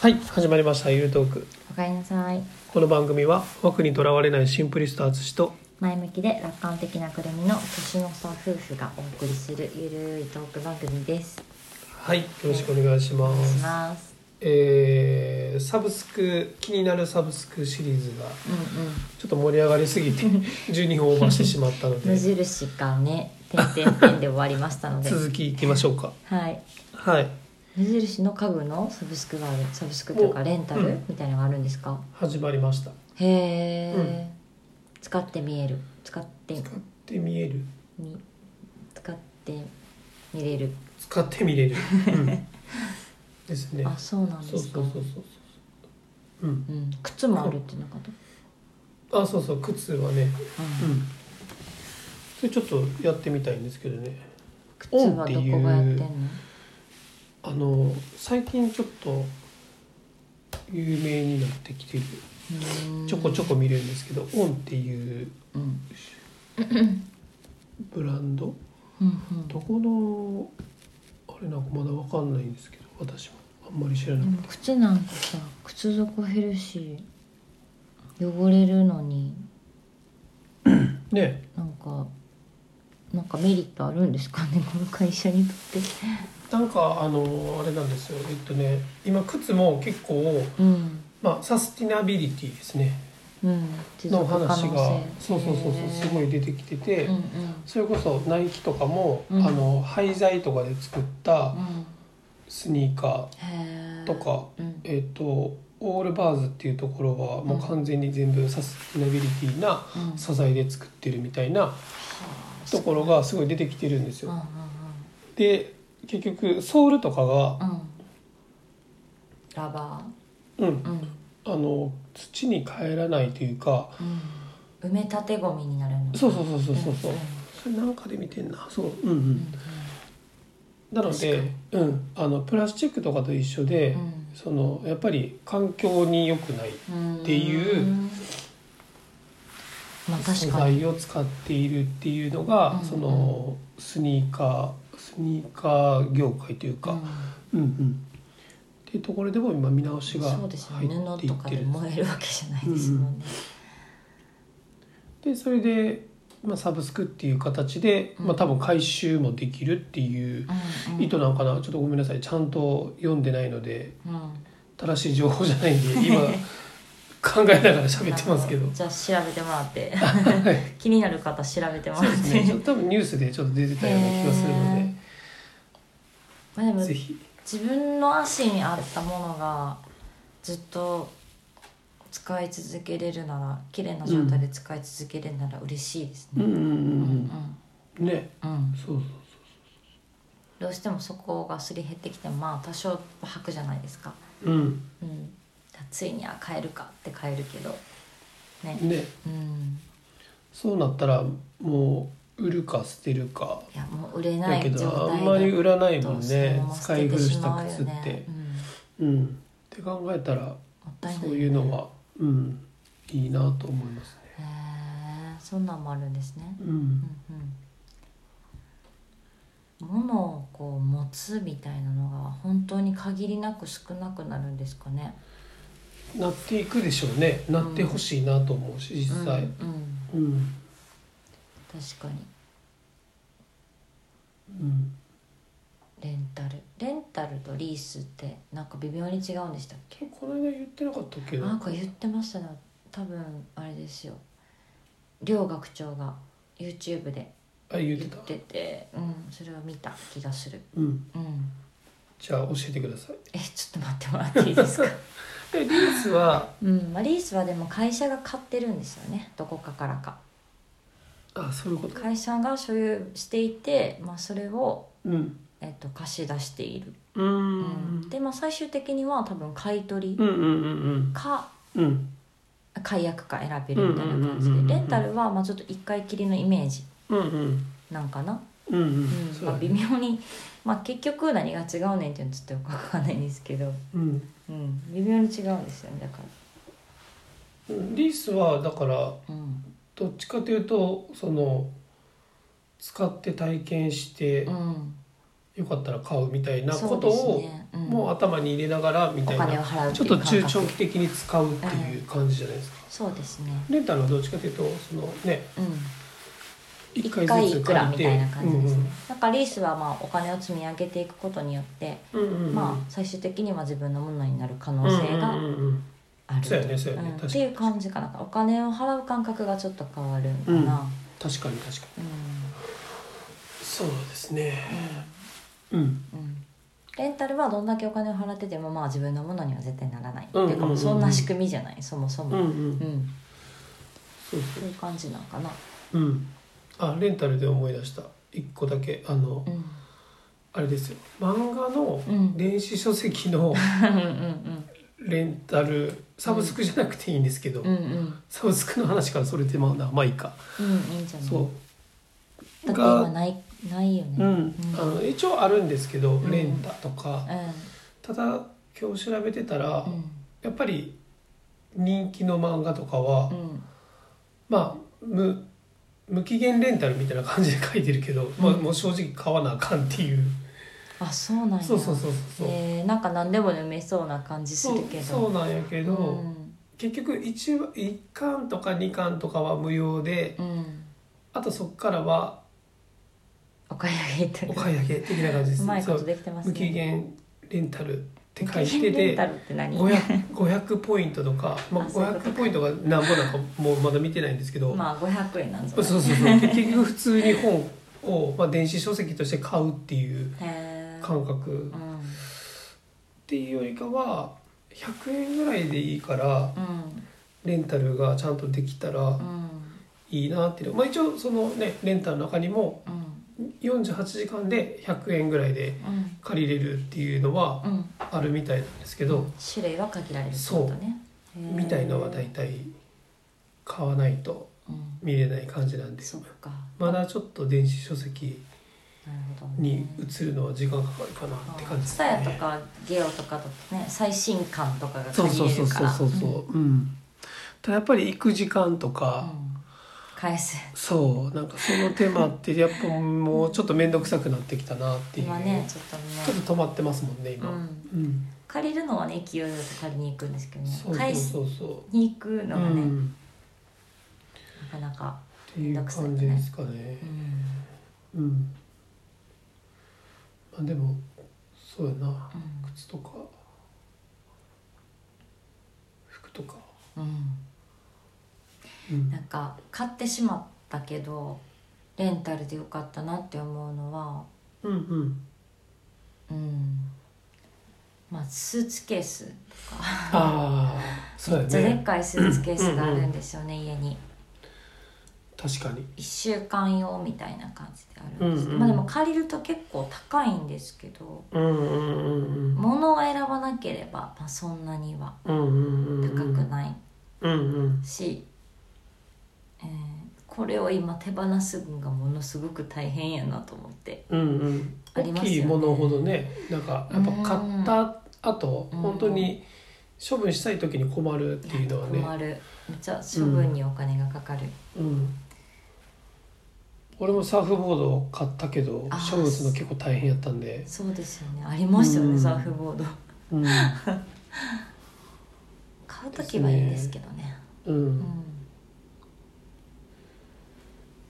はい始まりました「ゆるトークおかえりなさい」この番組は枠にとらわれないシンプリスト淳と前向きで楽観的なくるみの年の差夫婦がお送りするゆるいトーク番組ですはいよろしくお願いしまお願いしす、ますえーサブスク気になるサブスクシリーズがうんちょっと盛り上がりすぎて12分オーバーしてしまったの うん無で印がね点々点で終わりましたので続きいきましょうかはいはい無印の家具のサブスクがあるサブスクというかおレンタうルんみたいなのがあるんですか始まりましたへえ、使って見える使って使ってみえるみ使って見れる、使ってみれる、うんですねあそうなんそでうすかそうそうそうそううんうん、靴もあるってなかった、あそうそう靴はねうんうんそれちょっとやってみたいんですけどね靴はどこがやってんのあの最近ちょっと有名になってきてるちょこちょこ見れるんですけど、オンっていううんブランドうんうんどこのあれなんかまだわかんないんですけど私はあんまり知らでなくても靴なんかさ靴底減るし汚れるのにねなんかなんかメリットあるんですかね この会社にとってなんかあのあれなんですよえっとね今靴も結構うんまあサスティナビリティですねうんの話性がそうそうそうそうすごいい出てきてて、うんうんそれこそナイキとかも、うんあの廃材とかで作ったうんスニーカへえーとか、うんえっ、とオールバーズっていうところはもう完全に全部サスティナビリティなうん素材で作ってるみたいなところがすごい出てきてるんですうんうんよ。で結局ソールとかうが、んうんラバうんー、うんあの土に帰らないというかうん埋め立てゴミになるのそうそうそうそうそうそうんんそれなんかで見てんなそううんううんんなので、うん、あのプラスチックとかと一緒で、うんそのやっぱり環境に良くないっていうまあ確素かに材を使っているっていうのが、うんうんそのスニーカースニーカー業界というか、うんうんっていうところでも今見直うしんがそうですよね入っ布ていとっかてでる燃えるわけじゃないですもんね、でそれで、まあ、サブスクっていう形で、うんまあ、多分回収もできるっていううんうん意図なのかな、ちょっとごめんなさいちゃんと読んでないのでうん正しい情報じゃないんで 今考えながら喋ってますけどじゃあ調べてもらってはい 気になる方調べてもそうらっでてすねちょっと多分ニュースでちょっと出てたような気がするのへまあででもぜひ自分の足に合ったものがずっと使い続けれるなら綺麗な状態で使い続けれるなら嬉しいですうんね、うんうんうんねうんうんうんそうそうどうしてもそこがすり減ってきてもまあ多少履くじゃないですか、そううんうん、ついには買えるかって買えるけどねねうんそうなったらもう売るか捨てるかいやもう売れなだいけ状態だどとあんまり売らないもんそねのまま捨使いて古ししたまうよ靴っねてうん、もうんって考えたらったいないそういうのはうんいいなと思いますねへえそんなんもあるんですねううんんうん物をこう持つみたいなのが本当に限りなく少なくなるんですかねなっていくでしょうねなってほしいなと思うし実際うん、うん、うん確かにうんレンタルレンタルとリースってなんか微妙に違うんでしたっけこの間言ってなかったっけなんか言ってましたね多分あれですよ両学長が YouTube であ言っ言っててたてうん、それを見た気がするうんうんじゃあ教えてくださいえちょっと待ってもらっていいですかでリースは うん、まあ、リースはでも会社が買ってるんですよねどこかからかあそういうこと会社が所有していて、まあ、それを、うんえっと、貸し出している、うーうんで、まあ、最終的には多分買い取りうんうんうんかうんうん解約か選べるみたいな感じうんうんうんうんうんでレンタルはまあちょっと1回きりのイメージうんうんなんかなうんうんうんそうまだあ、ね微妙に、まあ、結局何が違うねんっていうのはちょっとよくわかんないんですけど、うんうん、微妙に違うんですよねだかリースはだからら、うんどっちかというとその使って体験してうんよかったら買うみたいなそこうとですをねうんもう頭に入れながらみおたい金なを払うちょっと中長期的に使うっていう感じじゃないですか。そうですねレンタルはどっちかというとそのねうん一1回回ずいつくら借みりてたいな感じですね、うんなんかリースはまあお金を積み上げていくことによって、うんうんうんうんまあ最終的には自分のものになる可能うん性うんがうんうんある、そうやねそうやねん確っかてにいう感じかなお金を払う感覚がちょっと変わるかな、確かに確かにうんそうですねうんうんうんレンタルはどんだけお金を払っててもまあ自分のものには絶対ならない、うんうんうんっていうかもうそんな仕組みじゃないそもそうも、んううんんそうそういう感じなんかな、そううんあレンタルで思い出した一個だけあのうん、あれですよ漫画のうん電子書籍のうんうんレンタルサブスクじゃなくていいんですけどうんうんうんサブスクの話からそれてまうなまあいいかうんいいんじゃないそだうって今がないないよねううんんあの一応あるんですけどんレンタとかただ今日調べてたらやっぱり人気の漫画とかはうんうんまあ無無期限レンタルみたいな感じで書いてるけど、まあ、うんもう正直買わなあかんっていう、あそうなんやそうそうそうそう、えーなんか何でも読めそうな感じすそうるけどそうなんやけど、うん結局 1, 一巻とか2巻とかは無料でうんあとそっからはお買い上げとおか買い上げ的な感じでうすまいことそうできてます無期ね限レンタルって無書い期て限レンタてルって何 500, 500ポイントと か、まあ、あそういうこと500ポイントがなんぼなんかもうまだ見てないんですけど、まあ500円なんぞそうそうそう結局普通に本を、まあ、電子書籍として買うっていうへー感覚うっんていうよりかは100円ぐらいでいいからうんレンタルがちゃんとできたらうんいいなっていうのまあ一応そのねレンタルの中にもうん48時間で100円ぐらいでうん借りれるっていうのはうんあるみたいなんですけど種類は限られるってことねへーみたいのは大体買わないとうん見れない感じなんでそっかまだちょっと電子書籍なるほどねに移るのは時間かかるかなって感じですスタヤとかゲオとかだとね最新刊とかがそう限そうれそうるかそうらそうそううんただやっぱり行く時間とうんうか、ん返すそうなんかその手間ってやっぱもうちょっと面倒くさくなってきたなっていう今ねちょっとちょっねと止まってますもんね今ううんん、借りるのはね勢いよく借りに行くんですけどねそうそう返しそうそに行くう、のう、がね、なんかなか、っていう感じですかねうんうんまあでもそうやなうん靴とか服とかうん、うんなんか買ってしまったけどレンタルでよかったなって思うのは、うんうんうんまあ、スーツケースああそうめっちゃやでっねかいスーツケースがあるんですよね、家に。確かに1週間用みたいな感じであるんですけど、うんうんまあでも借りると結構高いんですけどうんうんうんうん物を選ばなければ、まあ、そんなにはうんうんう高んうんくないうんうんし、えーこれを今手放すのがものすごく大変やなと思ってうんうん、あり大ますよねきいものほどねなんかやっぱ買った後うん本当に処分したい時に困るっていうのはね、困るめっちゃ処分にお金がかかる、うん、俺もサーフボードを買ったけどあー処分するの結構大変やったんで、そうですよねありますよね、うんサーフボードうん買う時はいいんですけどねうんう、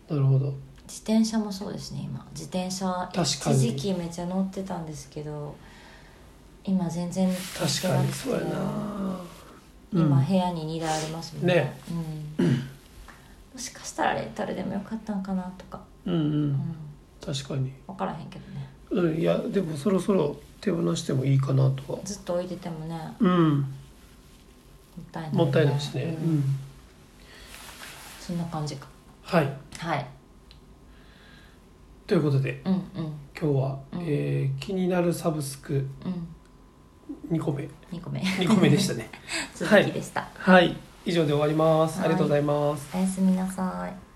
なんるほど自転車もそうですね今自転車確か一時に期めっちゃ乗ってたんですけど今全然確かにそうやな、うん、今部屋に2台ありますもんねうん、もしかしたらレンタルでもよかったんかなとか、うんううんん、確かに、分からへんけどねうん、いやでもそろそろ手放してもいいかなとはずっと置いててもねもうんったいない、もったいないしね、ううんん、そんな感じかはいはいということでうんうん今日は、うんえー気になるサブスクうん2個目2個目2個目でしたね続きでした、はい以上で終わりますありがとうございますおやすみなさい